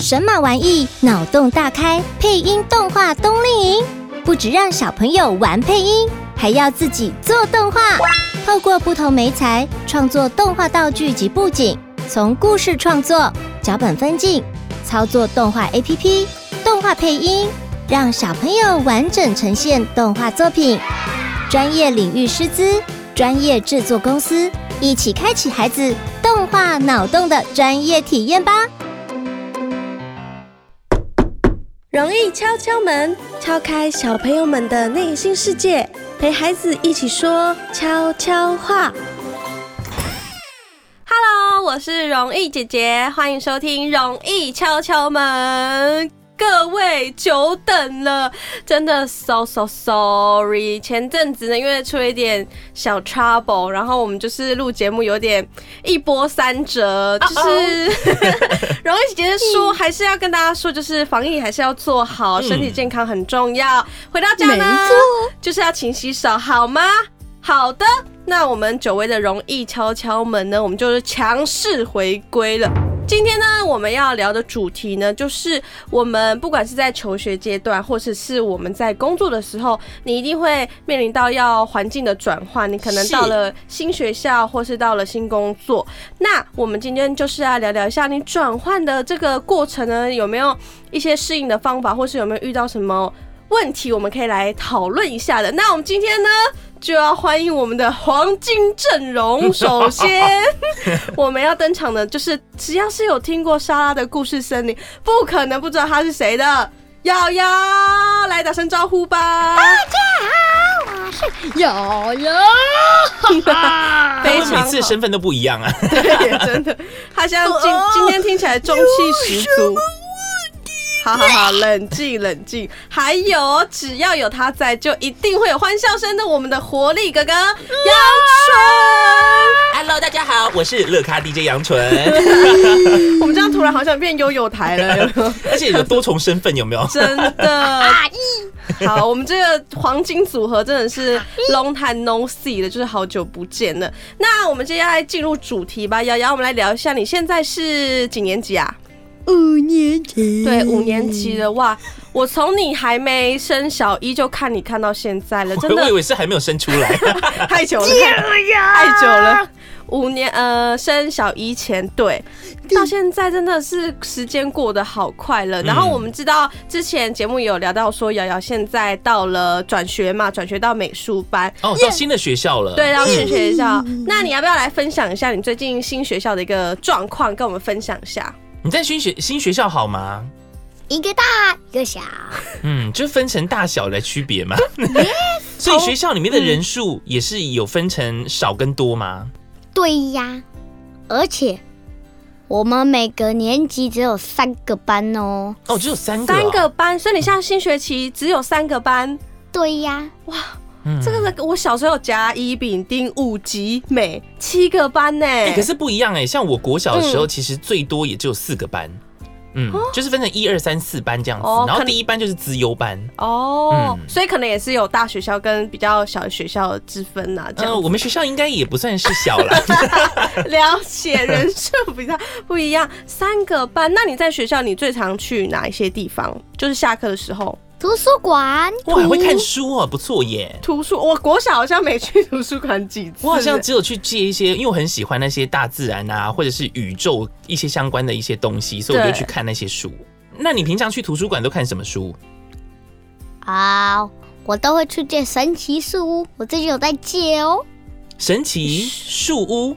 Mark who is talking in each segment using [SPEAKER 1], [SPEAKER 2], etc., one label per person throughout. [SPEAKER 1] 神马玩意脑洞大开，配音动画冬令营，不只让小朋友玩配音，还要自己做动画。透过不同媒材创作动画道具及布景，从故事创作、脚本分镜、操作动画 APP、动画配音，让小朋友完整呈现动画作品。专业领域师资、专业制作公司一起开启孩子动画脑洞的专业体验吧。
[SPEAKER 2] 容易敲敲门，敲开小朋友们的内心世界，陪孩子一起说悄悄话。Hello，我是容易姐姐，欢迎收听《容易敲敲门》。各位久等了，真的 so so sorry。前阵子呢，因为出了一点小 trouble，然后我们就是录节目有点一波三折，就是 容易姐姐说，还是要跟大家说，就是防疫还是要做好，身体健康很重要。回到家呢，就是要勤洗手，好吗？好的，那我们久违的容易敲敲门呢，我们就是强势回归了。今天呢，我们要聊的主题呢，就是我们不管是在求学阶段，或者是我们在工作的时候，你一定会面临到要环境的转换，你可能
[SPEAKER 3] 是
[SPEAKER 2] 到了新学校，或是到了新工作。那我们今天就是要聊聊一下你转换的这个过程呢，有没有一些适应的方法，或是有没有遇到什么问题，我们可以来讨论一下的。那我们今天呢？就要欢迎我们的黄金阵 容。首先，我们要登场的就是，只要是有听过莎拉的故事森林，不可能不知道她是谁的。瑶瑶，来打声招呼吧！
[SPEAKER 4] 有 有，
[SPEAKER 2] 非
[SPEAKER 3] 他们
[SPEAKER 2] 常
[SPEAKER 3] 每次的身份都不一样啊。
[SPEAKER 2] 对，真的，她现在今今天听起来中气十足。好好好，冷静冷静。还有，只要有她在，就一定会有欢笑声的。我们的活力哥哥姚春，
[SPEAKER 3] Hello，大家好，啊我是乐咖 DJ 杨纯，
[SPEAKER 2] 我们这样突然好像变悠悠台了。有没有
[SPEAKER 3] 而且有多重身份有没有？
[SPEAKER 2] 真的。好，我们这个黄金组合真的是 long time no see 的，就是好久不见了。那我们接下来进入主题吧，瑶瑶，我们来聊一下，你现在是几年级啊？
[SPEAKER 4] 五年级
[SPEAKER 2] 对，五年级的哇，我从你还没升小一就看你看到现在了，真
[SPEAKER 3] 我以
[SPEAKER 2] 的
[SPEAKER 3] 为是还没有生出 来，
[SPEAKER 2] 太久了，
[SPEAKER 3] 啊
[SPEAKER 2] 太久了。五年，呃，升小一前，对，到现在真的是时间过得好快了。然后我们知道之前节目也有聊到说，瑶瑶现在到了转学嘛，转学到美术班，
[SPEAKER 3] 哦，到新的学校了。
[SPEAKER 2] 对，到新
[SPEAKER 3] 嗯
[SPEAKER 2] 学校。那你要不要来分享一下你最近新学校的一个状况，跟我们分享一下？
[SPEAKER 3] 你在新学新学校好吗？
[SPEAKER 4] 一个大一个小，
[SPEAKER 3] 嗯，就分成大小来区别嘛。 所以学校里面的人数也是有分成少跟多吗？
[SPEAKER 2] 嗯
[SPEAKER 4] 对呀，而且我们每个年级只有三个班哦。
[SPEAKER 3] 哦，只有三个、
[SPEAKER 2] 三，个班，所以你现在新学期只有三个班，
[SPEAKER 4] 对呀，
[SPEAKER 3] 嗯
[SPEAKER 2] 这个呢，我小时候有甲乙丙丁五级美七个班呢、
[SPEAKER 3] 哎、可是不一样哎、像我国小的时候，
[SPEAKER 2] 嗯
[SPEAKER 3] 其实最多也只有四个班，嗯，就是分成一二三四班这样子，
[SPEAKER 2] 哦
[SPEAKER 3] 然后
[SPEAKER 2] 可能
[SPEAKER 3] 第一班就是资优班。
[SPEAKER 2] 哦，
[SPEAKER 3] 嗯
[SPEAKER 2] 所以可能也是有大学校跟比较小的学校之分呐、这
[SPEAKER 3] 嗯、
[SPEAKER 2] 样子、
[SPEAKER 3] 我们学校应该也不算是小了，
[SPEAKER 2] 了解人数比较不一样。三个班，那你在学校你最常去哪一些地方？就是下课的时候，
[SPEAKER 4] 图书馆。
[SPEAKER 3] 哇，还会看书哦，不错耶。
[SPEAKER 2] 图书，我国小好像没去图书馆几次，
[SPEAKER 3] 我好像只有去借一些，因为我很喜欢那些大自然啊，或者是宇宙一些相关的一些东西，所以我就
[SPEAKER 2] 对
[SPEAKER 3] 去看那些书。那你平常去图书馆都看什么书？
[SPEAKER 4] 啊，我都会去借神奇树屋，我最近有在借哦，
[SPEAKER 3] 神奇树屋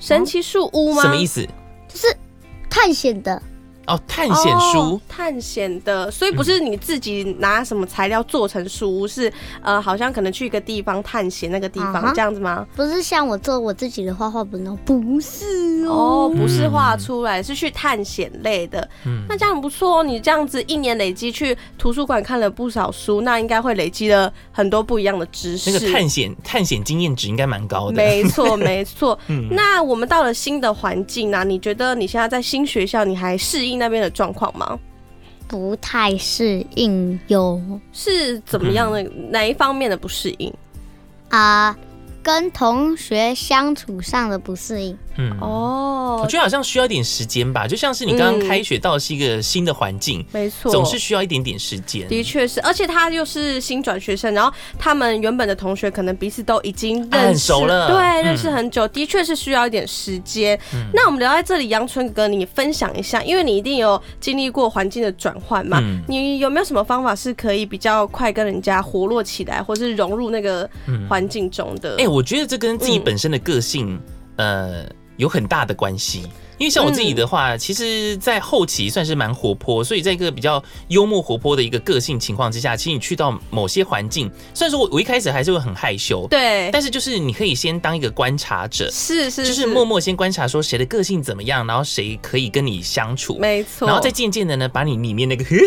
[SPEAKER 2] 神奇树屋吗？
[SPEAKER 3] 什么意
[SPEAKER 2] 思？
[SPEAKER 3] 思？
[SPEAKER 4] 就是探险的，
[SPEAKER 3] 哦，探险书。
[SPEAKER 2] 探险的，所以不是你自己拿什么材料做成书屋，是呃，好像可能去一个地方探险那个地
[SPEAKER 4] 啊
[SPEAKER 2] 方、
[SPEAKER 4] 哈
[SPEAKER 2] 这样子吗？
[SPEAKER 4] 不是像我做我自己的画画本哦，不是
[SPEAKER 2] 哦，不是画
[SPEAKER 3] 嗯
[SPEAKER 2] 出来，是去探险类的。
[SPEAKER 3] 嗯，
[SPEAKER 2] 那这样很不错哦，你这样子一年累积去图书馆看了不少书，那应该会累积了很多不一样的知识。
[SPEAKER 3] 那个探险探险经验值应该蛮高的。
[SPEAKER 2] 没 错，没错。
[SPEAKER 3] 嗯
[SPEAKER 2] 那我们到了新的环境啊，你觉得你现在在新学校，你还适应那边的状况吗？
[SPEAKER 4] 不太适应哟。
[SPEAKER 2] 是怎么样的？
[SPEAKER 3] 嗯
[SPEAKER 2] 哪一方面的不适应？
[SPEAKER 4] 啊、跟同学相处上的不适应，
[SPEAKER 3] 嗯，我
[SPEAKER 2] 哦，
[SPEAKER 3] 觉得好像需要一点时间吧，就像是你刚刚
[SPEAKER 2] 嗯
[SPEAKER 3] 开学到是一个新的环境，
[SPEAKER 2] 没错，
[SPEAKER 3] 总是需要一点点时间。
[SPEAKER 2] 的确是，而且他又是新转学生，然后他们原本的同学可能彼此都已经认识、
[SPEAKER 3] 啊很熟了
[SPEAKER 2] 对，
[SPEAKER 3] 嗯
[SPEAKER 2] 认识很久，的确是需要一点时间。那我们聊在这里，杨春哥，你分享一下，因为你一定有经历过环境的转换嘛，
[SPEAKER 3] 嗯
[SPEAKER 2] 你有没有什么方法是可以比较快跟人家活络起来，或是融入那个环境中的？
[SPEAKER 3] 哎、我觉得这跟自己
[SPEAKER 2] 嗯
[SPEAKER 3] 本身的个性，呃，有很大的关系。因为像我自己的话，
[SPEAKER 2] 嗯
[SPEAKER 3] 其实，在后期算是蛮活泼，所以在一个比较幽默活泼的一个个性情况之下，其实你去到某些环境，虽然说我我一开始还是会很害羞，
[SPEAKER 2] 对，
[SPEAKER 3] 但是就是你可以先当一个观察者，
[SPEAKER 2] 是是
[SPEAKER 3] 就是默默先观察说谁的个性怎么样，然后谁可以跟你相处，
[SPEAKER 2] 没错，
[SPEAKER 3] 然后再渐渐的呢，把你里面那个 嘿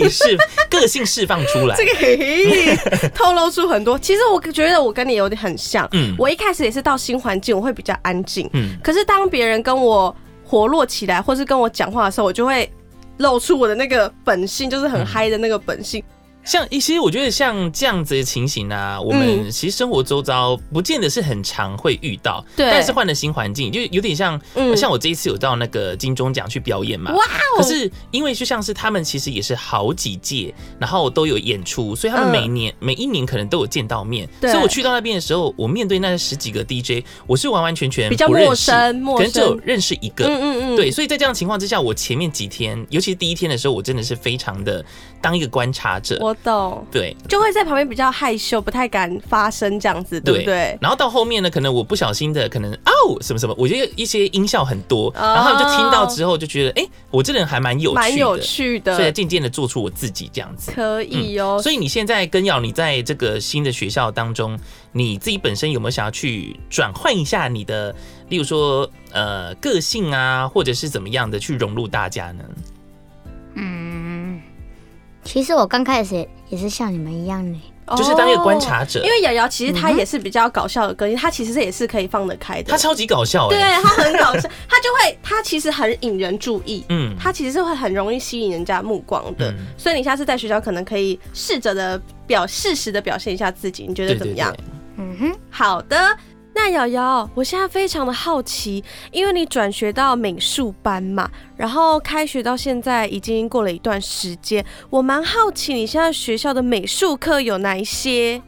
[SPEAKER 3] 嘿是个性释放出来。
[SPEAKER 2] 这个嘿 嘿透露出很多。其实我觉得我跟你有点很像，
[SPEAKER 3] 嗯
[SPEAKER 2] 我一开始也是到新环境，我会比较安静，
[SPEAKER 3] 嗯
[SPEAKER 2] 可是当别人跟我活络起来，或是跟我讲话的时候，我就会露出我的那个本性，就是
[SPEAKER 3] 嗯
[SPEAKER 2] 很嗨的那个本性。
[SPEAKER 3] 像一些，我觉得像这样子的情形啊，我
[SPEAKER 2] 嗯
[SPEAKER 3] 们其实生活周遭不见得是很常会遇到，
[SPEAKER 2] 对
[SPEAKER 3] 但是换了新环境，就有点像，
[SPEAKER 2] 嗯
[SPEAKER 3] 像我这一次有到那个金钟奖去表演嘛。
[SPEAKER 2] 哇哦
[SPEAKER 3] 可是因为就像是他们其实也是好几届，然后都有演出，所以他们
[SPEAKER 2] 嗯
[SPEAKER 3] 每年、每一年可能都有见到面。
[SPEAKER 2] 对
[SPEAKER 3] 所以我去到那边的时候，我面对那十几个 DJ，我是完完全全
[SPEAKER 2] 比较
[SPEAKER 3] 不认识
[SPEAKER 2] 陌生陌
[SPEAKER 3] 可能只有
[SPEAKER 2] 生
[SPEAKER 3] 认识一个。
[SPEAKER 2] 嗯嗯嗯，
[SPEAKER 3] 对，所以在这样的情况之下，我前面几天，尤其是第一天的时候，我真的是非常的当一个观察者。
[SPEAKER 2] 我懂，
[SPEAKER 3] 对
[SPEAKER 2] 就会在旁边比较害羞，不太敢发声这样子，对不对？
[SPEAKER 3] 然后到后面呢，可能我不小心的，可能哦什么什么，我觉得一些音效很多，然后他们就听到之后就觉得，哎，我这人还蛮有趣的，
[SPEAKER 2] 哦蛮有趣
[SPEAKER 3] 所以
[SPEAKER 2] 的，
[SPEAKER 3] 渐渐的做出我自己这样子。
[SPEAKER 2] 可以哦。
[SPEAKER 3] 所以你现在跟瑶，你在这个新的学校当中，你自己本身有没有想要去转换一下你的，例如说呃个性啊，或者是怎么样的去融入大家呢？
[SPEAKER 4] 嗯，其实我刚开始也也是像你们一样呢。
[SPEAKER 3] 就是当一个观
[SPEAKER 2] 哦。
[SPEAKER 3] 察嗯者，
[SPEAKER 2] 因为瑶瑶其实她也是比较搞笑的歌星，她其实是也是可以放得开的
[SPEAKER 3] 他。超级搞笑哎、
[SPEAKER 2] 对，啊她很搞笑，她就会，她其实很引人注意。
[SPEAKER 3] 嗯，
[SPEAKER 2] 它其实是会很容易吸引人家目光的，
[SPEAKER 3] 嗯
[SPEAKER 2] 所以你下次在学校可能可以试着的表适时的表现一下自己，你觉得
[SPEAKER 3] 对
[SPEAKER 2] 怎
[SPEAKER 3] 对
[SPEAKER 2] 么
[SPEAKER 3] 对
[SPEAKER 2] 样？，
[SPEAKER 4] 嗯哼，
[SPEAKER 2] 好的，那瑶瑶，我现在非常的好奇，因为你转学到美术班嘛，然后开学到现在已经过了一段时间，我蛮好奇你现在学校的美术课有哪一些？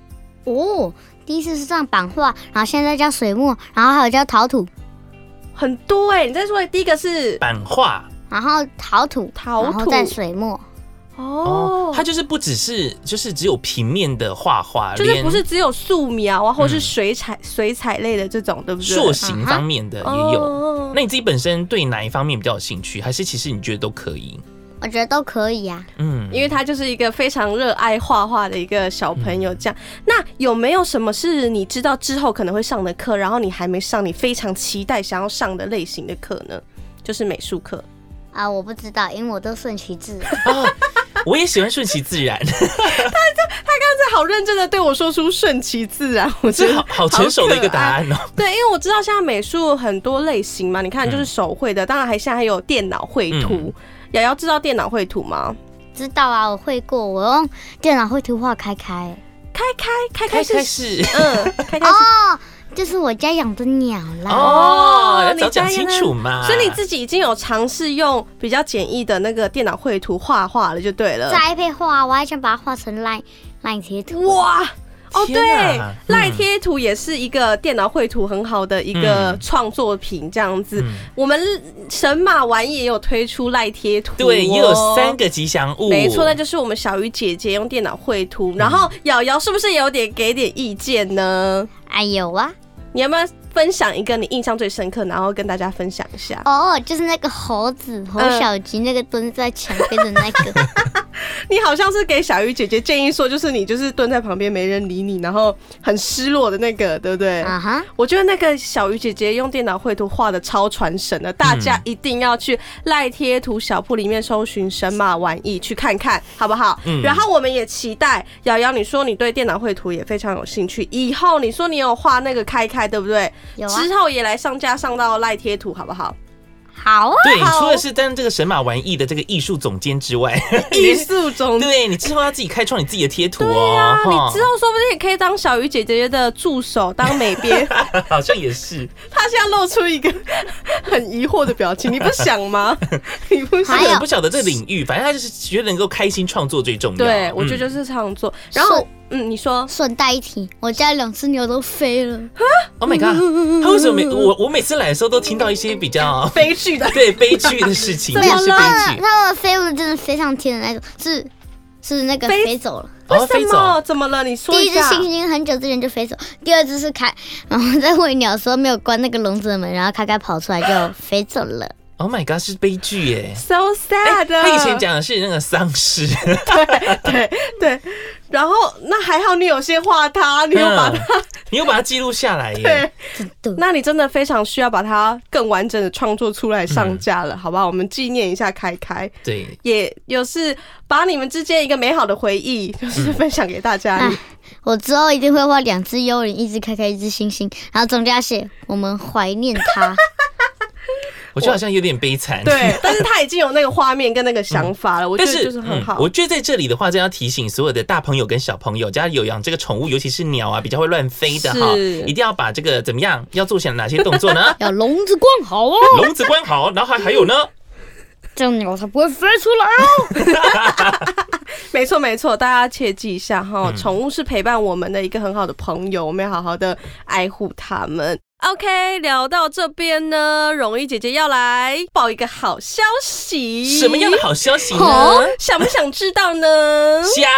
[SPEAKER 4] 哦，第一次是上版画，然后现在叫水墨，然后还有叫陶土，
[SPEAKER 2] 很多哎、你再说第一个 是
[SPEAKER 3] 版画
[SPEAKER 4] 然后陶土，
[SPEAKER 2] 陶土
[SPEAKER 4] 然后再水墨。
[SPEAKER 2] 哦
[SPEAKER 3] 哦，，它就是不只是就是只有平面的画画，
[SPEAKER 2] 就是
[SPEAKER 3] 连
[SPEAKER 2] 不是只有素描啊，或是
[SPEAKER 3] 嗯
[SPEAKER 2] 水彩、水彩类的这种，对不对？
[SPEAKER 3] 塑形方面的也有。
[SPEAKER 2] 哦
[SPEAKER 3] 那你自己本身对哪一方面比较有兴趣？还是其实你觉得都可以？
[SPEAKER 4] 我觉得都可以啊。
[SPEAKER 3] 嗯，
[SPEAKER 2] 因为他就是一个非常热爱画画的一个小朋友，这样。那有没有什么是你知道之后可能会上的课，然后你还没上，你非常期待想要上的类型的课呢？就是美术课。
[SPEAKER 4] 啊，我不知道，因为我都顺其自然。
[SPEAKER 3] 啊，我也喜欢顺其自 然，
[SPEAKER 2] 他好认真的对我说出“顺其自然”，我觉
[SPEAKER 3] 这
[SPEAKER 2] 得
[SPEAKER 3] 好好成熟的一个答
[SPEAKER 2] 好可爱。
[SPEAKER 3] 案哦。
[SPEAKER 2] 哦对，因为我知道现在美术很多类型嘛，你看就是手绘的，当然还现在还有电脑绘图。瑶瑶知道电脑绘图吗？
[SPEAKER 4] 知道啊，我会过，我用电脑绘图画开开。
[SPEAKER 2] 开开开
[SPEAKER 3] 开
[SPEAKER 2] 开
[SPEAKER 3] 开
[SPEAKER 2] 是，
[SPEAKER 3] 始
[SPEAKER 2] 嗯，开开是
[SPEAKER 4] 哦，就是我家养的鸟啦。
[SPEAKER 3] 哦，要
[SPEAKER 2] 你
[SPEAKER 3] 早讲
[SPEAKER 2] 答应
[SPEAKER 3] 清
[SPEAKER 2] 了
[SPEAKER 3] 楚嘛。
[SPEAKER 2] 所以你自己已经有尝试用比较简易的那个电脑绘图画画了，就对了
[SPEAKER 4] 在。iPad 画，我还想把它画成 line line 贴图。
[SPEAKER 2] 哇！哦，
[SPEAKER 3] 天
[SPEAKER 2] 对
[SPEAKER 3] 哪，
[SPEAKER 2] 赖
[SPEAKER 3] 嗯
[SPEAKER 2] 贴图也是一个电脑绘图很好的一个
[SPEAKER 3] 嗯
[SPEAKER 2] 创作品，这样子。
[SPEAKER 3] 嗯
[SPEAKER 2] 我们神马玩也有推出赖贴图、
[SPEAKER 3] 对，也有三
[SPEAKER 2] 个。
[SPEAKER 3] 个吉祥物，嗯
[SPEAKER 2] 没错，那就是我们小鱼姐姐用电脑绘图，然后瑶瑶是不是也有点给点意见呢？
[SPEAKER 4] 哎有啊，
[SPEAKER 2] 你要不要分享一个你印象最深刻，然后跟大家分享一下？
[SPEAKER 4] 哦，就是那个猴子猴小吉那个蹲在墙边的那个，
[SPEAKER 2] 你好像是给小鱼姐姐建议说，就是你就是蹲在旁边没人理你，然后很失落的那个，对不对？
[SPEAKER 4] 啊哈，
[SPEAKER 2] 我觉得那个小鱼姐姐用电脑绘图画的超传神的，大家一定要去赖贴图小铺里面搜寻神马玩意去看看，好不好？
[SPEAKER 3] 嗯
[SPEAKER 2] 然后我们也期待瑶瑶，你说你对电脑绘图也非常有兴趣，以后你说你有画那个开开，对不对？
[SPEAKER 4] 有啊，
[SPEAKER 2] 之后也来上架上到赖贴图，好不好？
[SPEAKER 4] 好啊，
[SPEAKER 3] 对，你除了是当这个神马玩意的这个艺术总监 之外，
[SPEAKER 2] 艺术总监。
[SPEAKER 3] 对你之后要自己开创你自己的贴图
[SPEAKER 2] 对
[SPEAKER 3] 哦
[SPEAKER 2] 啊，。你
[SPEAKER 3] 哈
[SPEAKER 2] 之后说不定也可以当小鱼姐姐的助手，当美编。
[SPEAKER 3] 好像也是，
[SPEAKER 2] 她现在露出一个很疑惑的表情，你不想吗？你不想
[SPEAKER 3] 他可
[SPEAKER 4] 还？有
[SPEAKER 3] 能不晓得这个领域，反正他就是觉得能够开心创作最重要。
[SPEAKER 2] 对，我
[SPEAKER 3] 嗯
[SPEAKER 2] 觉得就是创作。然后
[SPEAKER 4] 是，
[SPEAKER 2] 嗯，你说
[SPEAKER 4] 顺带一提，我家两只牛都飞了，
[SPEAKER 3] Oh
[SPEAKER 2] 嗯
[SPEAKER 3] my god！他为什么每我我每次来的时候都听到一些比较
[SPEAKER 2] 悲剧的
[SPEAKER 3] 对悲剧的事情，
[SPEAKER 2] 怎
[SPEAKER 3] 真
[SPEAKER 2] 么了
[SPEAKER 3] 的是悲
[SPEAKER 4] 它
[SPEAKER 3] 剧。
[SPEAKER 4] 它们飞了真的飞上天的那种，是是那个
[SPEAKER 2] 飞
[SPEAKER 4] 飞走了。
[SPEAKER 3] 哦，
[SPEAKER 2] 什
[SPEAKER 3] 飞走
[SPEAKER 2] 么？怎么了？你说
[SPEAKER 4] 第
[SPEAKER 2] 一
[SPEAKER 4] 一只
[SPEAKER 2] 下。
[SPEAKER 4] 猩猩很久之前就飞走，第二只是开， 然后在喂鸟的时候没有关那个笼子的门，然后开开跑出来就飞走了。
[SPEAKER 3] ！Oh my god，是悲剧耶！
[SPEAKER 2] So
[SPEAKER 3] 哎
[SPEAKER 2] sad、啊
[SPEAKER 3] 他以前讲的是那个丧尸，
[SPEAKER 2] 对对，然后那还好你有些画它， 你有把它、
[SPEAKER 3] 嗯你又把它记录下来耶
[SPEAKER 2] 对。，
[SPEAKER 4] 真的，
[SPEAKER 2] 那你真的非常需要把它更完整的创作出来上架
[SPEAKER 3] 嗯
[SPEAKER 2] 了，好不好？我们纪念一下开开，
[SPEAKER 3] 对，
[SPEAKER 2] 也就是把你们之间一个美好的回忆，
[SPEAKER 3] 嗯
[SPEAKER 2] 就是分享给大家。
[SPEAKER 4] 哎我之后一定会画两只幽灵，一只开开，一只星星，然后总加写我们怀念它。？
[SPEAKER 3] 我觉得好像有点悲惨。
[SPEAKER 2] 对，但是他已经有那个画面跟那个想法了，我觉
[SPEAKER 3] 但
[SPEAKER 2] 得
[SPEAKER 3] 是
[SPEAKER 2] 就是很好。
[SPEAKER 3] 嗯我觉得在这里的话，真要提醒所有的大朋友跟小朋友，家里有养这个宠物，尤其是鸟啊，比较会乱飞的哈
[SPEAKER 2] 是，
[SPEAKER 3] 一定要把这个怎么样，要做想哪些动作呢
[SPEAKER 4] 要笼子关好 哦，
[SPEAKER 3] 笼子关好，然后还还有呢，
[SPEAKER 4] 这样鸟才不会飞出来哦。
[SPEAKER 2] 没错没错，大家切记一下
[SPEAKER 3] 嗯
[SPEAKER 2] 哈，宠、物是陪伴我们的一个很好的朋友，我们要好好的爱护它们。OK，聊到这边呢，容易姐姐要来报一个好消息，
[SPEAKER 3] 什么样的好消息呢？
[SPEAKER 2] 哦，想不想知道 呢？
[SPEAKER 3] 想。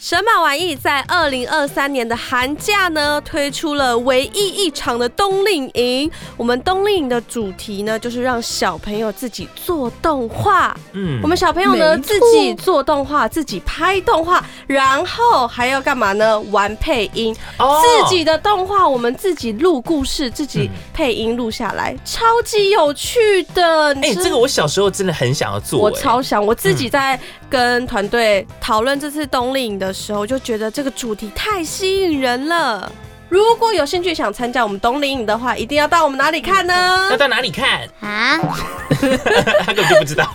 [SPEAKER 2] 神马玩意在二零二三年的寒假呢，推出了唯一一场的冬令营。我们冬令营的主题呢，就是让小朋友自己做动画。
[SPEAKER 3] 嗯
[SPEAKER 2] 我们小朋友呢
[SPEAKER 4] 没
[SPEAKER 2] 自
[SPEAKER 4] 错
[SPEAKER 2] 己做动画，自己拍动画，然后还要干嘛呢？玩配音，
[SPEAKER 3] 哦嗯
[SPEAKER 2] 自己的动画我们自己录故事，自己配音录下来，超级有趣的。
[SPEAKER 3] 哎、
[SPEAKER 2] 你知
[SPEAKER 3] 这个我小时候真的很想要做、
[SPEAKER 2] 我
[SPEAKER 3] 哎
[SPEAKER 2] 超想，我自己在跟团队讨论这次冬令营的时候，就觉得这个主题太吸引人了。如果有兴趣想参加我们冬令营的话，一定要到我们哪里看呢
[SPEAKER 3] 要？到哪里看？
[SPEAKER 4] 啊，
[SPEAKER 3] 他根本就不 知道。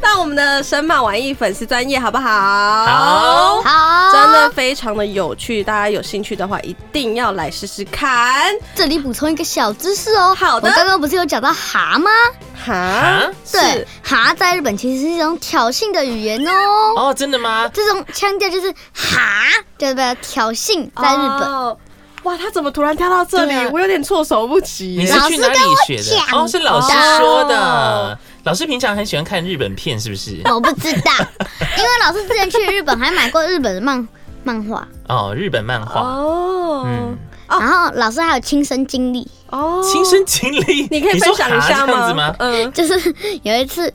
[SPEAKER 2] 到我们的神马玩意粉丝专业好不好？
[SPEAKER 3] 好
[SPEAKER 4] 好，啊
[SPEAKER 2] 真的非常的有趣，大家有兴趣的话一定要来试试看。
[SPEAKER 4] 这里补充一个小知识哦。
[SPEAKER 2] 好的
[SPEAKER 4] 我刚刚不是有讲到蛤吗？
[SPEAKER 2] 哈
[SPEAKER 3] 啊？
[SPEAKER 4] 对，蛤在日本其实是一种挑衅的语言哦。
[SPEAKER 3] 哦，真的吗？
[SPEAKER 4] 这种腔调就是哈，对不对？挑衅在日本，
[SPEAKER 2] 哦哇，他怎么突然跳到这里？
[SPEAKER 4] 对啊
[SPEAKER 2] 我有点措手不及
[SPEAKER 3] 你
[SPEAKER 2] 耶。
[SPEAKER 3] 是去哪里学
[SPEAKER 4] 老师跟我
[SPEAKER 3] 的？
[SPEAKER 4] 讲
[SPEAKER 3] 哦，是老师
[SPEAKER 2] 的
[SPEAKER 3] 说的。
[SPEAKER 2] 哦
[SPEAKER 3] 老师平常很喜欢看日本片，是不是？
[SPEAKER 4] 我不知 道，因为老师之前去日本还买过日本的漫漫画，
[SPEAKER 3] 哦，日本漫画。
[SPEAKER 2] 哦，
[SPEAKER 3] 嗯，
[SPEAKER 4] 然后老师还有亲身经历，
[SPEAKER 2] 哦，
[SPEAKER 3] 亲身经 历，
[SPEAKER 2] 你可以分
[SPEAKER 3] 说
[SPEAKER 2] 享一
[SPEAKER 3] 哈
[SPEAKER 2] 下
[SPEAKER 3] 这样子
[SPEAKER 2] 吗？
[SPEAKER 3] 吗？
[SPEAKER 2] 嗯，
[SPEAKER 4] 就是有一次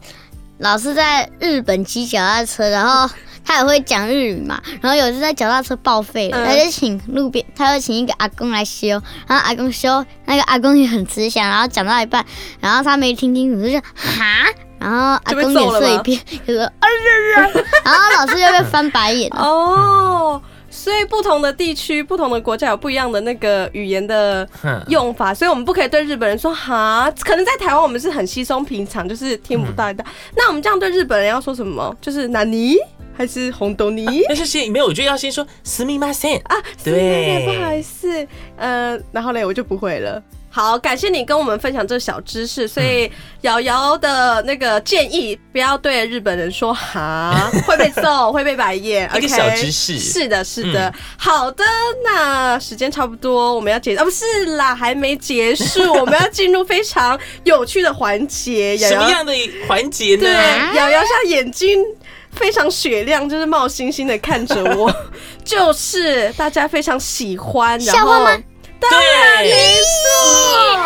[SPEAKER 4] 老师在日本骑脚踏车，然后。他也会讲日语嘛，然后有一次在脚踏车报废了，
[SPEAKER 2] 嗯
[SPEAKER 4] 他就请路边，他就请一个阿公来修，然后阿公修，那个阿公也很慈祥，然后讲到一半，然后他没听清楚，就说哈，然后阿
[SPEAKER 2] 就被
[SPEAKER 4] 公
[SPEAKER 2] 揍
[SPEAKER 4] 脸
[SPEAKER 2] 了
[SPEAKER 4] 色一
[SPEAKER 2] 吗
[SPEAKER 4] 变，就说啊呀呀， 然后老师就被翻白眼了。
[SPEAKER 2] 哦，所以不同的地区、不同的国家有不一样的那个语言的
[SPEAKER 3] 哼，
[SPEAKER 2] 用法，所以我们不可以对日本人说哈，可能在台湾我们是很稀松平常，就是听不到的。那我们这样对日本人要说什么？就是哪尼还是红豆泥？
[SPEAKER 3] 但是先没有，我就要先说すみません。
[SPEAKER 2] 啊，
[SPEAKER 3] 对
[SPEAKER 2] 是有点不好意思，呃，然后嘞，我就不会了。好，感谢你跟我们分享这小知识。所以瑶瑶的那个建议，不要对日本人说哈，会被揍，会被白 眼。
[SPEAKER 3] 一
[SPEAKER 2] OK
[SPEAKER 3] 个小知识
[SPEAKER 2] 是的，是的。
[SPEAKER 3] 嗯
[SPEAKER 2] 好的，那时间差不多，我们要结啊，不是啦，还没结 束，我们要进入非常有趣的环节。瑶
[SPEAKER 3] 什么
[SPEAKER 2] 瑶，
[SPEAKER 3] 样的环节呢
[SPEAKER 2] 对？，瑶瑶现在眼睛非常雪亮，就是冒星星的看着我， 就是大家非常喜欢，然
[SPEAKER 4] 笑话
[SPEAKER 2] 后
[SPEAKER 4] 吗
[SPEAKER 3] 对，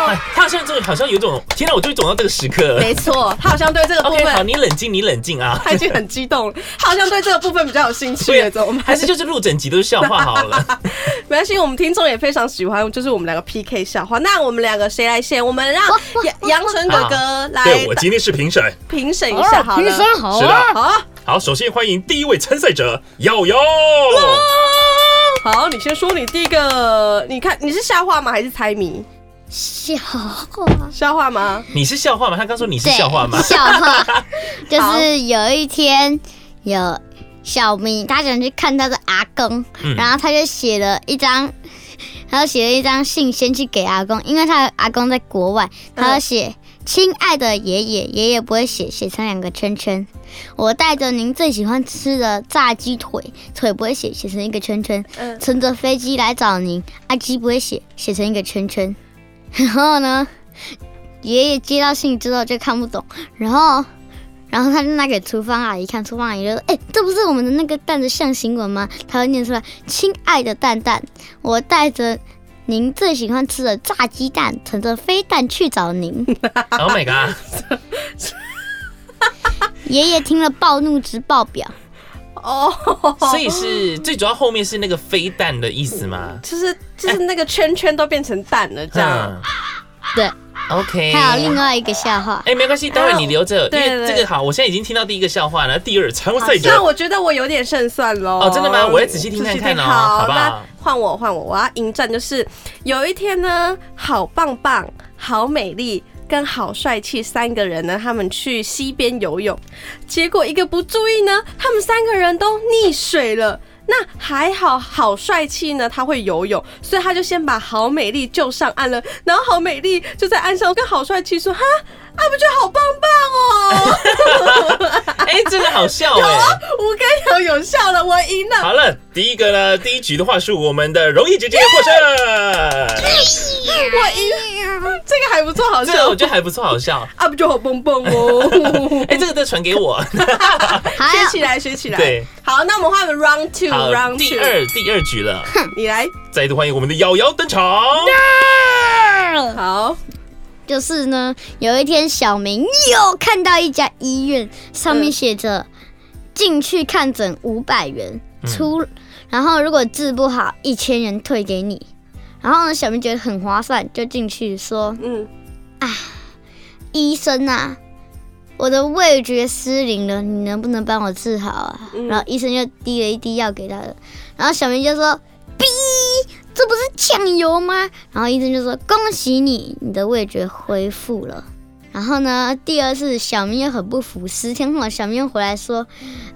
[SPEAKER 3] 哎他好像这个好像有一种，天哪，我终于走到这个时刻了。
[SPEAKER 2] 没错，他好像对这个部
[SPEAKER 3] OK，好，
[SPEAKER 2] 分，
[SPEAKER 3] 你冷静，你冷静啊。
[SPEAKER 2] 他已经很激动了，他好像对这个部分比较有兴趣了，怎么
[SPEAKER 3] 还
[SPEAKER 2] 办？
[SPEAKER 3] 是就是录整集都是笑话好了。
[SPEAKER 2] 没关系，我们听众也非常喜欢，就是我们两个 PK 笑话。那我们两个谁来先？我们让哦
[SPEAKER 4] 哦
[SPEAKER 2] 杨杨丞哥哥来
[SPEAKER 3] 今天是评审。
[SPEAKER 2] 评审一下好
[SPEAKER 4] 平
[SPEAKER 2] 了。
[SPEAKER 4] 生哦好
[SPEAKER 3] 是
[SPEAKER 4] 啊，
[SPEAKER 3] 的，
[SPEAKER 2] 好啊，
[SPEAKER 3] 好，首先欢迎第一位参赛者瑶瑶。
[SPEAKER 2] 好，你先说你第一个，你看你是笑话吗？还是猜谜？
[SPEAKER 4] 笑话，
[SPEAKER 2] 笑话吗？
[SPEAKER 3] 你是笑话吗？他刚说你是
[SPEAKER 4] 对，
[SPEAKER 3] 笑 话吗？
[SPEAKER 4] 笑 话，就是有一天有小明，他想去看他的阿公，
[SPEAKER 3] 嗯
[SPEAKER 4] 然后他就写了一张，他就写了一张信先去给阿公，因为他的阿公在国外，
[SPEAKER 3] 嗯
[SPEAKER 4] 他就写。亲爱的爷爷，爷爷不会写，写成两个圈圈。我带着您最喜欢吃的炸鸡腿，腿不会写，写成一个圈圈。
[SPEAKER 2] 嗯，
[SPEAKER 4] 乘着飞机来找您，阿基不会写，写成一个圈圈。然后呢，爷爷接到信之后就看不懂，然后，然后他就拿给厨房阿姨看，厨房阿姨就说：“哎、这不是我们的那个蛋的象形文吗？”他会念出来：“亲爱的蛋蛋，我带着。”您最喜欢吃的炸鸡蛋，乘着飞蛋去找您。
[SPEAKER 3] Oh my god！
[SPEAKER 4] 爷爷听了暴怒直爆表，
[SPEAKER 2] 哦，
[SPEAKER 3] 所以是最主要后面是那个飞弹的意思吗？
[SPEAKER 2] 就是就是那个圈圈都变成蛋了，这样。
[SPEAKER 3] 嗯
[SPEAKER 4] 对，
[SPEAKER 3] ，OK。
[SPEAKER 4] 还有另外一个笑话，
[SPEAKER 3] 哎、没关系，待会你留着，因
[SPEAKER 2] 对
[SPEAKER 3] 为这
[SPEAKER 2] 对
[SPEAKER 3] 个好，我现在已经听到第一个笑话了，第二参赛
[SPEAKER 2] 那
[SPEAKER 3] 者
[SPEAKER 2] 我觉得我有点胜算喽。
[SPEAKER 3] 哦真的吗我要仔细听看看哦
[SPEAKER 2] 仔细
[SPEAKER 3] 好
[SPEAKER 2] 好，
[SPEAKER 3] 不好
[SPEAKER 2] 那换我，换我，我要迎战，就是有一天呢，好棒棒，好美丽。跟好帅气三个人呢，他们去溪边游泳，结果一个不注意呢，他们三个人都溺水了。那还好，好帅气呢，他会游泳，所以他就先把好美丽救上岸了。然后好美丽就在岸上跟好帅气说：“哈，啊不就好棒棒哦！”
[SPEAKER 3] 哎、真的好笑
[SPEAKER 2] 我
[SPEAKER 3] 哎、
[SPEAKER 2] 跟你讲有效了，我赢 了。
[SPEAKER 3] 好了，第一个呢，第一局的话是我们的容易姐姐获胜，
[SPEAKER 2] 这个还不错，好
[SPEAKER 3] 哎这个
[SPEAKER 2] 笑
[SPEAKER 3] 我。觉得还不错，好 笑。！
[SPEAKER 2] 啊，不就好蹦蹦哦
[SPEAKER 3] 哎、这个再传给我。
[SPEAKER 4] 还
[SPEAKER 2] 学
[SPEAKER 4] 有
[SPEAKER 2] 起来，学起来。
[SPEAKER 3] 哎对，
[SPEAKER 2] 好，那我们换 round
[SPEAKER 3] 好
[SPEAKER 2] two，round，two，
[SPEAKER 3] 第二第二局了，
[SPEAKER 2] 你来。
[SPEAKER 3] 再度欢迎我们的瑶瑶登场。
[SPEAKER 2] 好，
[SPEAKER 4] 就是呢，有一天小明又看到一家医院，上面写着“进去看诊五百元，出然后如果治不好一千元退给你”。然后呢，小明觉得很划算，就进去说
[SPEAKER 2] 嗯，：“
[SPEAKER 4] 医生啊，我的味觉失灵了，你能不能帮我治好啊？”
[SPEAKER 2] 嗯
[SPEAKER 4] 然后医生就滴了一滴药给他了。然后小明就说：“哔，这不是酱油吗？”然后医生就说：“恭喜你，你的味觉恢复了。”然后呢，第二次小明又很不服，十天后小明又回来说：“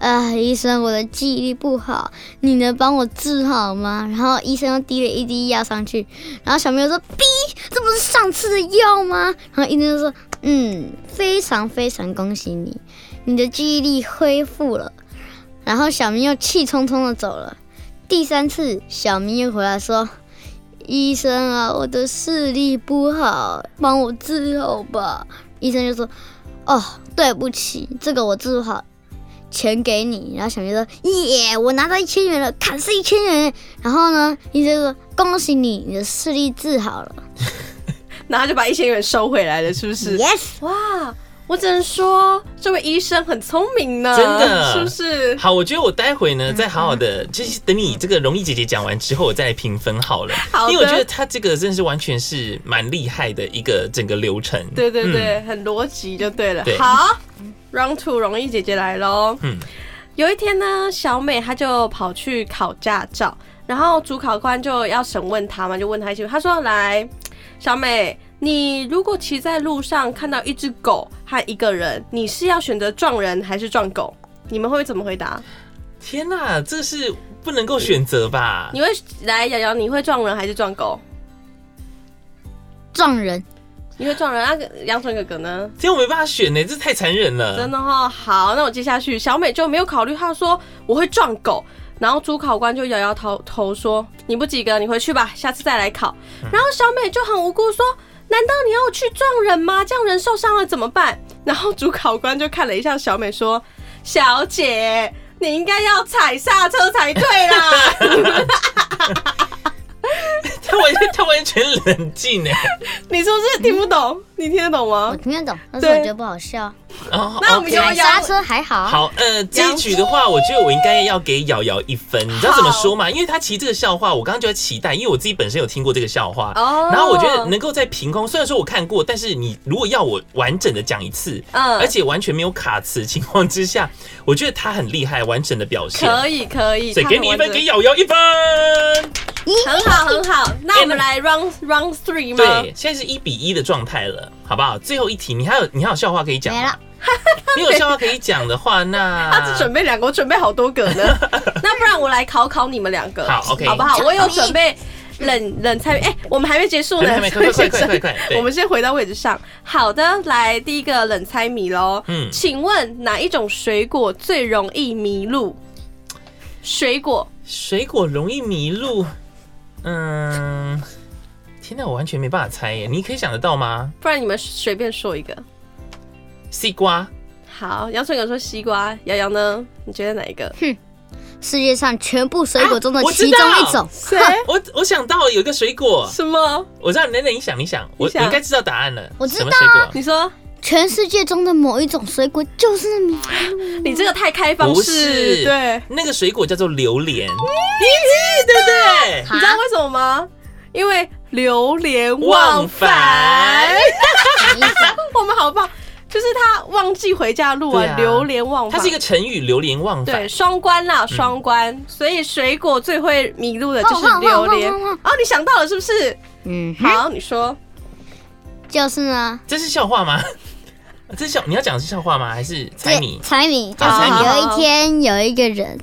[SPEAKER 4] 呃，医生，我的记忆力不好，你能帮我治好吗？”然后医生又滴了一滴药上去，然后小明又说：“哔，这不是上次的药吗？”然后医生就说：“嗯，非常非常恭喜你，你的记忆力恢复了。”然后小明又气冲冲的走了。第三次，小明又回来说：“医生啊，我的视力不好，帮我治好吧。”医生就说：“哦，对不起，这个我治不好，钱给你。”然后小明说：“耶，我拿到一千元了，砍是一千元。”然后呢，医生说：“恭喜你，你的视力治好了。
[SPEAKER 2] 然后就把一千元收回来了，是不是？
[SPEAKER 4] ”Yes。
[SPEAKER 2] 哇，我只能说这位医生很聪明呢，
[SPEAKER 3] 真的
[SPEAKER 2] 是不是？
[SPEAKER 3] 好，我觉得我待会呢再好好的，就是等你这个容易姐姐讲完之后，我再来评分好了。
[SPEAKER 2] 好的
[SPEAKER 3] 因为我觉得她这个真的是完全是蛮厉害的一个整个流程。
[SPEAKER 2] 对对
[SPEAKER 3] 嗯，
[SPEAKER 2] 对，很逻辑就对了
[SPEAKER 3] 对。
[SPEAKER 2] 好，round two，容易姐姐来喽。
[SPEAKER 3] 嗯
[SPEAKER 2] 有一天呢，小美她就跑去考驾照，然后主考官就要审问她嘛，就问她一些，她说：“来，小美，你如果骑在路上看到一只狗和一个人，你是要选择撞人还是撞狗？你们会怎么回答？
[SPEAKER 3] 天哪、这是不能够选择吧？
[SPEAKER 2] 你会来瑶瑶，你会撞人还是撞狗？
[SPEAKER 4] 撞人，
[SPEAKER 2] 你会撞人啊？杨纯哥哥呢？
[SPEAKER 3] 天，我没办法选呢，这太残忍
[SPEAKER 2] 真
[SPEAKER 3] 了。
[SPEAKER 2] 的哦，好，那我接下去，小美就没有考虑，她说我会撞狗，然后主考官就摇摇头头说你不及格，你回去吧，下次再来考。
[SPEAKER 3] 嗯
[SPEAKER 2] 然后小美就很无辜说，难道你要我去撞人吗？这样人受伤了怎么办？然后主考官就看了一下小美说，小姐，你应该要踩刹车才对啦，
[SPEAKER 3] 他完全，他完全冷静哎。
[SPEAKER 2] 你是不是听不懂？你听得懂吗
[SPEAKER 4] 我？听得懂，但是我
[SPEAKER 2] 哦对
[SPEAKER 4] 觉得不好笑。
[SPEAKER 3] 哦
[SPEAKER 2] 那我们
[SPEAKER 3] OK
[SPEAKER 2] 有摇
[SPEAKER 4] 刹车还好，
[SPEAKER 3] 好，呃，这一局的话，我觉得我应该要给瑶瑶一分，你知道怎么说吗？因为她其实这个笑话，我刚刚就在期待，因为我自己本身有听过这个笑话，
[SPEAKER 2] 哦
[SPEAKER 3] 然后我觉得能够在凭空，虽然说我看过，但是你如果要我完整的讲一次，
[SPEAKER 2] 嗯
[SPEAKER 3] 而且完全没有卡词情况之下，我觉得她很厉害，完整的表现，
[SPEAKER 2] 可以可以，
[SPEAKER 3] 所以给你一分，给瑶瑶一分。
[SPEAKER 2] 很好很好。那我们来 round round three 吗
[SPEAKER 3] 哎对？，现在是一比一的状态了，好不好？最后一题，你还有你还有笑话可以讲
[SPEAKER 4] 没
[SPEAKER 3] 吗
[SPEAKER 4] 了？
[SPEAKER 3] 你有笑话可以讲的话，那
[SPEAKER 2] 他只准备两个，我准备好多个呢。那不然我来考考你们两个，
[SPEAKER 3] 好，OK
[SPEAKER 2] 好不好？我有准备冷冷菜，哎，我们还没结束呢，
[SPEAKER 3] 还没快快快快快快，对
[SPEAKER 2] 我们先回到位置上。好的，来第一个冷猜谜喽。
[SPEAKER 3] 嗯
[SPEAKER 2] 请问哪一种水果最容易迷路？水果
[SPEAKER 3] 水果容易迷路，嗯，天哪，我完全没办法猜耶！你可以想得到吗？
[SPEAKER 2] 不然你们随便说一个。
[SPEAKER 3] 西瓜，
[SPEAKER 2] 好，杨春哥说西瓜，瑶瑶呢？你觉得哪一 个？
[SPEAKER 4] 世界上全部水果中的
[SPEAKER 3] 啊我知
[SPEAKER 4] 其
[SPEAKER 3] 道
[SPEAKER 4] 中一种，
[SPEAKER 2] 谁？
[SPEAKER 3] 我我想到有一个水果，
[SPEAKER 2] 什么？
[SPEAKER 3] 我知道，等等，你想，你想，我
[SPEAKER 2] 你想
[SPEAKER 3] 你应该知道答案了。
[SPEAKER 4] 我知道
[SPEAKER 3] 什么水果？
[SPEAKER 2] 你说
[SPEAKER 4] 全世界中的某一种水果就是那米。
[SPEAKER 2] 你这个太开放
[SPEAKER 3] 不
[SPEAKER 2] 式，
[SPEAKER 3] 是
[SPEAKER 2] 对，
[SPEAKER 3] 那个水果叫做榴莲，咦对不对？
[SPEAKER 2] 你知道为什么吗？因为流连忘
[SPEAKER 3] 忘
[SPEAKER 2] 返
[SPEAKER 3] 返。
[SPEAKER 4] 什么意思？
[SPEAKER 2] 我们好棒，就是他忘记回家的路
[SPEAKER 3] 对
[SPEAKER 2] 啊，
[SPEAKER 3] 啊
[SPEAKER 2] 流连忘返。
[SPEAKER 3] 它是一个成语“流连忘返嗯
[SPEAKER 2] 对，双关啦，双关。所以水果最会迷路的就是
[SPEAKER 4] 晃
[SPEAKER 2] 榴
[SPEAKER 4] 晃
[SPEAKER 2] 莲。
[SPEAKER 4] 晃晃
[SPEAKER 2] 哦，你想到了是不是？
[SPEAKER 4] 嗯，
[SPEAKER 2] 好，你说
[SPEAKER 4] 就是呢”，，
[SPEAKER 3] 这是笑话吗？这是笑你要讲的是笑话吗？还是猜谜？
[SPEAKER 4] 猜谜，就
[SPEAKER 3] 啊
[SPEAKER 4] 是
[SPEAKER 3] 猜谜
[SPEAKER 4] 有一天有一个人，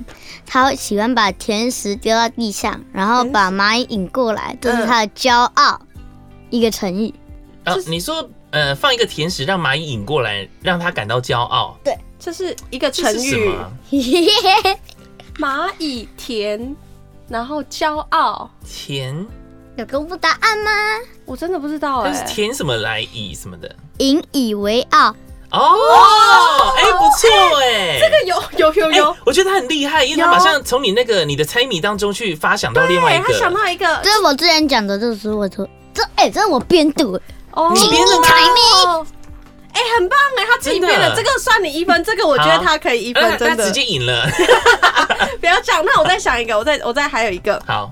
[SPEAKER 4] 他喜欢把甜食丢到地上，然后把蚂蚁引过来，这是他的骄傲，一个成语。
[SPEAKER 3] 啊，你说呃，放一个甜食让蚂蚁引过来，让它感到骄傲，
[SPEAKER 2] 这是一个
[SPEAKER 3] 这
[SPEAKER 2] 成
[SPEAKER 3] 是什
[SPEAKER 2] 语，
[SPEAKER 3] 么？
[SPEAKER 2] 蚂蚁田，然后骄傲。
[SPEAKER 3] 甜
[SPEAKER 4] 有公布答案吗？
[SPEAKER 2] 我真的不知道哎、
[SPEAKER 3] 但是甜什么来以什么的
[SPEAKER 4] 引以为傲，
[SPEAKER 3] 哦，哎、不错哎、这个
[SPEAKER 2] 有有有有，
[SPEAKER 3] 我觉得他很厉害，因为他
[SPEAKER 2] 有
[SPEAKER 3] 马上从你那个你的猜谜当中去发想到另外
[SPEAKER 2] 哎、
[SPEAKER 3] 一
[SPEAKER 2] 他想
[SPEAKER 3] 个，
[SPEAKER 2] 到一个
[SPEAKER 4] 这是我之前讲的，这是我说这哎、这是我编读的，
[SPEAKER 2] 哦
[SPEAKER 3] 你编的吗
[SPEAKER 2] 哦哎、很棒哎、他自己
[SPEAKER 3] 真的
[SPEAKER 2] 编的，这个算你一分，这个我觉得
[SPEAKER 3] 好
[SPEAKER 2] 他可以一
[SPEAKER 3] 呃
[SPEAKER 2] 分，
[SPEAKER 3] 他
[SPEAKER 2] 真的
[SPEAKER 3] 直。接赢了。
[SPEAKER 2] 不要这样，那我再想一个，我再我再还有一个。
[SPEAKER 3] 好，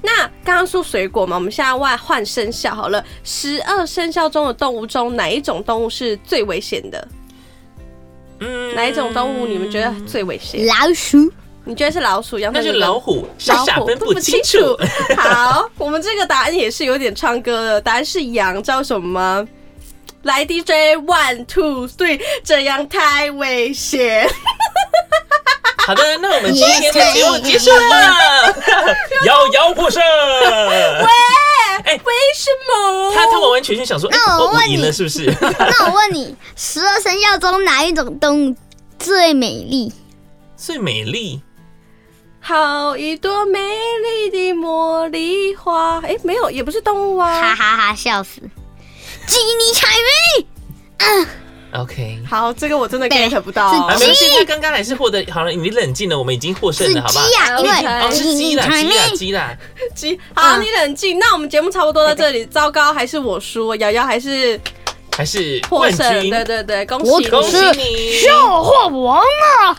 [SPEAKER 2] 那刚刚说水果嘛，我们现在换换生肖好了。十二生肖中的动物中，哪一种动物是最危险的？
[SPEAKER 3] 嗯
[SPEAKER 2] 哪一种动物你们觉得最危险？
[SPEAKER 4] 老鼠
[SPEAKER 2] 你觉得是老鼠？杨
[SPEAKER 3] 那
[SPEAKER 2] 丞
[SPEAKER 3] 就
[SPEAKER 2] 琳
[SPEAKER 3] 老虎，
[SPEAKER 2] 老
[SPEAKER 3] 傻傻
[SPEAKER 2] 虎
[SPEAKER 3] 分
[SPEAKER 2] 不
[SPEAKER 3] 不
[SPEAKER 2] 清
[SPEAKER 3] 清
[SPEAKER 2] 楚
[SPEAKER 3] 楚。。
[SPEAKER 2] 好， 我们这个答案也是有点唱歌的，答案是羊，知道为什么吗？来 DJ one two three，这样太危 险。
[SPEAKER 3] 好的，那我们今天的节目结束了， 遥遥获 胜。
[SPEAKER 2] 为什么？
[SPEAKER 3] 他他完完全全想说，哎、
[SPEAKER 4] 那我
[SPEAKER 3] 我我
[SPEAKER 4] 问
[SPEAKER 3] 赢
[SPEAKER 4] 你
[SPEAKER 3] 了是不是？
[SPEAKER 4] 那我问你，十二生肖中哪一种动物最美丽？
[SPEAKER 3] 最美丽，
[SPEAKER 2] 好一朵美丽的茉莉花，哎，没有，也不是动物啊。
[SPEAKER 4] 哈哈哈，笑死！吉尼采薇
[SPEAKER 3] OK。
[SPEAKER 2] 好，这个我真的
[SPEAKER 4] 对
[SPEAKER 2] get 不到哦。
[SPEAKER 3] 啊，没关系，他刚刚还是获得好了，你冷静了，我们已经获胜
[SPEAKER 4] 是
[SPEAKER 3] 了，好不好？
[SPEAKER 4] 鸡呀、
[SPEAKER 2] 好
[SPEAKER 4] 因
[SPEAKER 2] 好
[SPEAKER 3] 哦，
[SPEAKER 4] 为
[SPEAKER 3] 是
[SPEAKER 4] 吉
[SPEAKER 3] 鸡
[SPEAKER 4] 尼
[SPEAKER 3] 啦，
[SPEAKER 4] 采
[SPEAKER 3] 鸡
[SPEAKER 4] 薇
[SPEAKER 3] 啦，鸡啦。
[SPEAKER 2] 鸡好，
[SPEAKER 4] 嗯
[SPEAKER 2] 你冷静。那我们节目差不多到这里，糟糕，还是我输，瑶瑶还是
[SPEAKER 3] 还是
[SPEAKER 2] 获
[SPEAKER 3] 冠
[SPEAKER 2] 胜。
[SPEAKER 3] 军，
[SPEAKER 2] 对对对，恭
[SPEAKER 4] 我
[SPEAKER 2] 喜
[SPEAKER 3] 恭
[SPEAKER 2] 你
[SPEAKER 3] 喜！你！
[SPEAKER 4] 祸王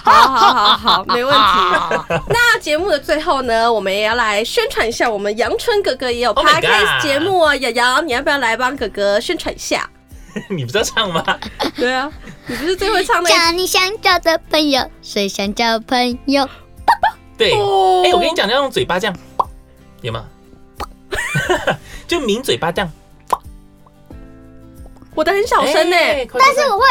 [SPEAKER 2] 好好好好，没问题。
[SPEAKER 4] 啊！
[SPEAKER 2] 那节目的最后呢，我们也要来宣传一下，我们阳春哥哥也有
[SPEAKER 3] Oh my god
[SPEAKER 2] podcast 节目哦。瑶瑶，你要不要来帮哥哥宣传一下？
[SPEAKER 3] 你不知道唱吗？
[SPEAKER 2] 对啊，你不是最会唱那
[SPEAKER 3] 哎
[SPEAKER 4] 交你想交的朋友，谁想交朋友？
[SPEAKER 3] 对，哎、
[SPEAKER 2] 哦
[SPEAKER 3] 我跟你讲，要用嘴巴这样，有吗？ 就抿嘴巴这样，
[SPEAKER 2] 我的很小声呢、欸
[SPEAKER 3] 但是
[SPEAKER 4] 我会，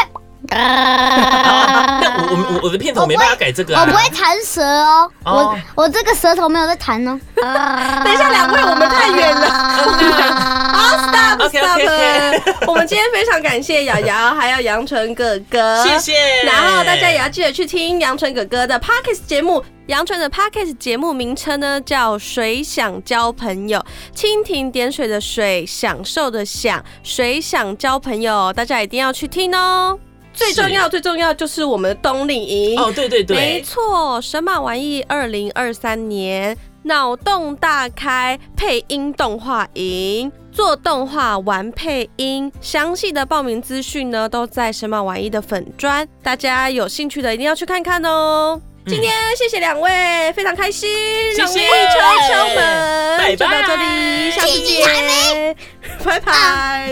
[SPEAKER 3] 但我我我的片头没办法改这个、啊，
[SPEAKER 4] 我不会弹舌哦，
[SPEAKER 3] 哦
[SPEAKER 4] 我我这个舌头没有在弹 哦。
[SPEAKER 2] 等
[SPEAKER 4] 等
[SPEAKER 2] 一下，两位，我们太远了。 好，stop
[SPEAKER 3] OK，OK，OK
[SPEAKER 2] stop。我们今天非常感谢瑶瑶，还有杨纯哥哥，
[SPEAKER 3] 谢谢。
[SPEAKER 2] 然后大家也要记得去听杨纯哥哥的 Pockets 节目。杨纯的 Pockets 节目名称呢叫《水想交朋友》，蜻蜓点水的水，享受的享，水想交朋友，大家一定要去听哦。最重要，最重要就是我们的冬令营
[SPEAKER 3] 哦，对对
[SPEAKER 2] 没
[SPEAKER 3] 对，
[SPEAKER 2] 错，神马玩意二零二三年脑洞大开配音动画营。做动画、玩配音，详细的报名资讯呢都在神马玩意的粉砖，大家有兴趣的一定要去看看哦。今天谢谢两位，非常开心，
[SPEAKER 3] 谢
[SPEAKER 2] 容易
[SPEAKER 3] 谢
[SPEAKER 2] 敲敲门，
[SPEAKER 3] 拜拜
[SPEAKER 2] 就到这里，下次
[SPEAKER 4] 谢谢
[SPEAKER 2] 见，拜拜。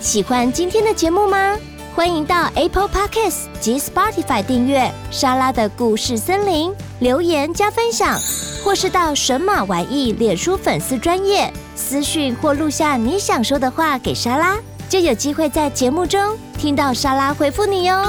[SPEAKER 1] 喜欢今天的节目吗？欢迎到 Apple Podcasts 及 Spotify 订阅《莎拉的故事森林》，留言加分享，或是到神马玩意脸书粉丝专业私讯或录下你想说的话给莎拉，就有机会在节目中听到莎拉回复你哦。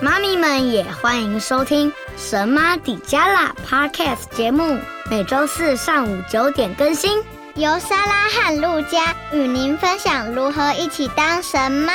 [SPEAKER 4] 妈咪们也欢迎收听《神妈底加啦》Podcast 节目，每周四上午九点更新。
[SPEAKER 5] 由莎拉和陆佳与您分享如何一起当神妈。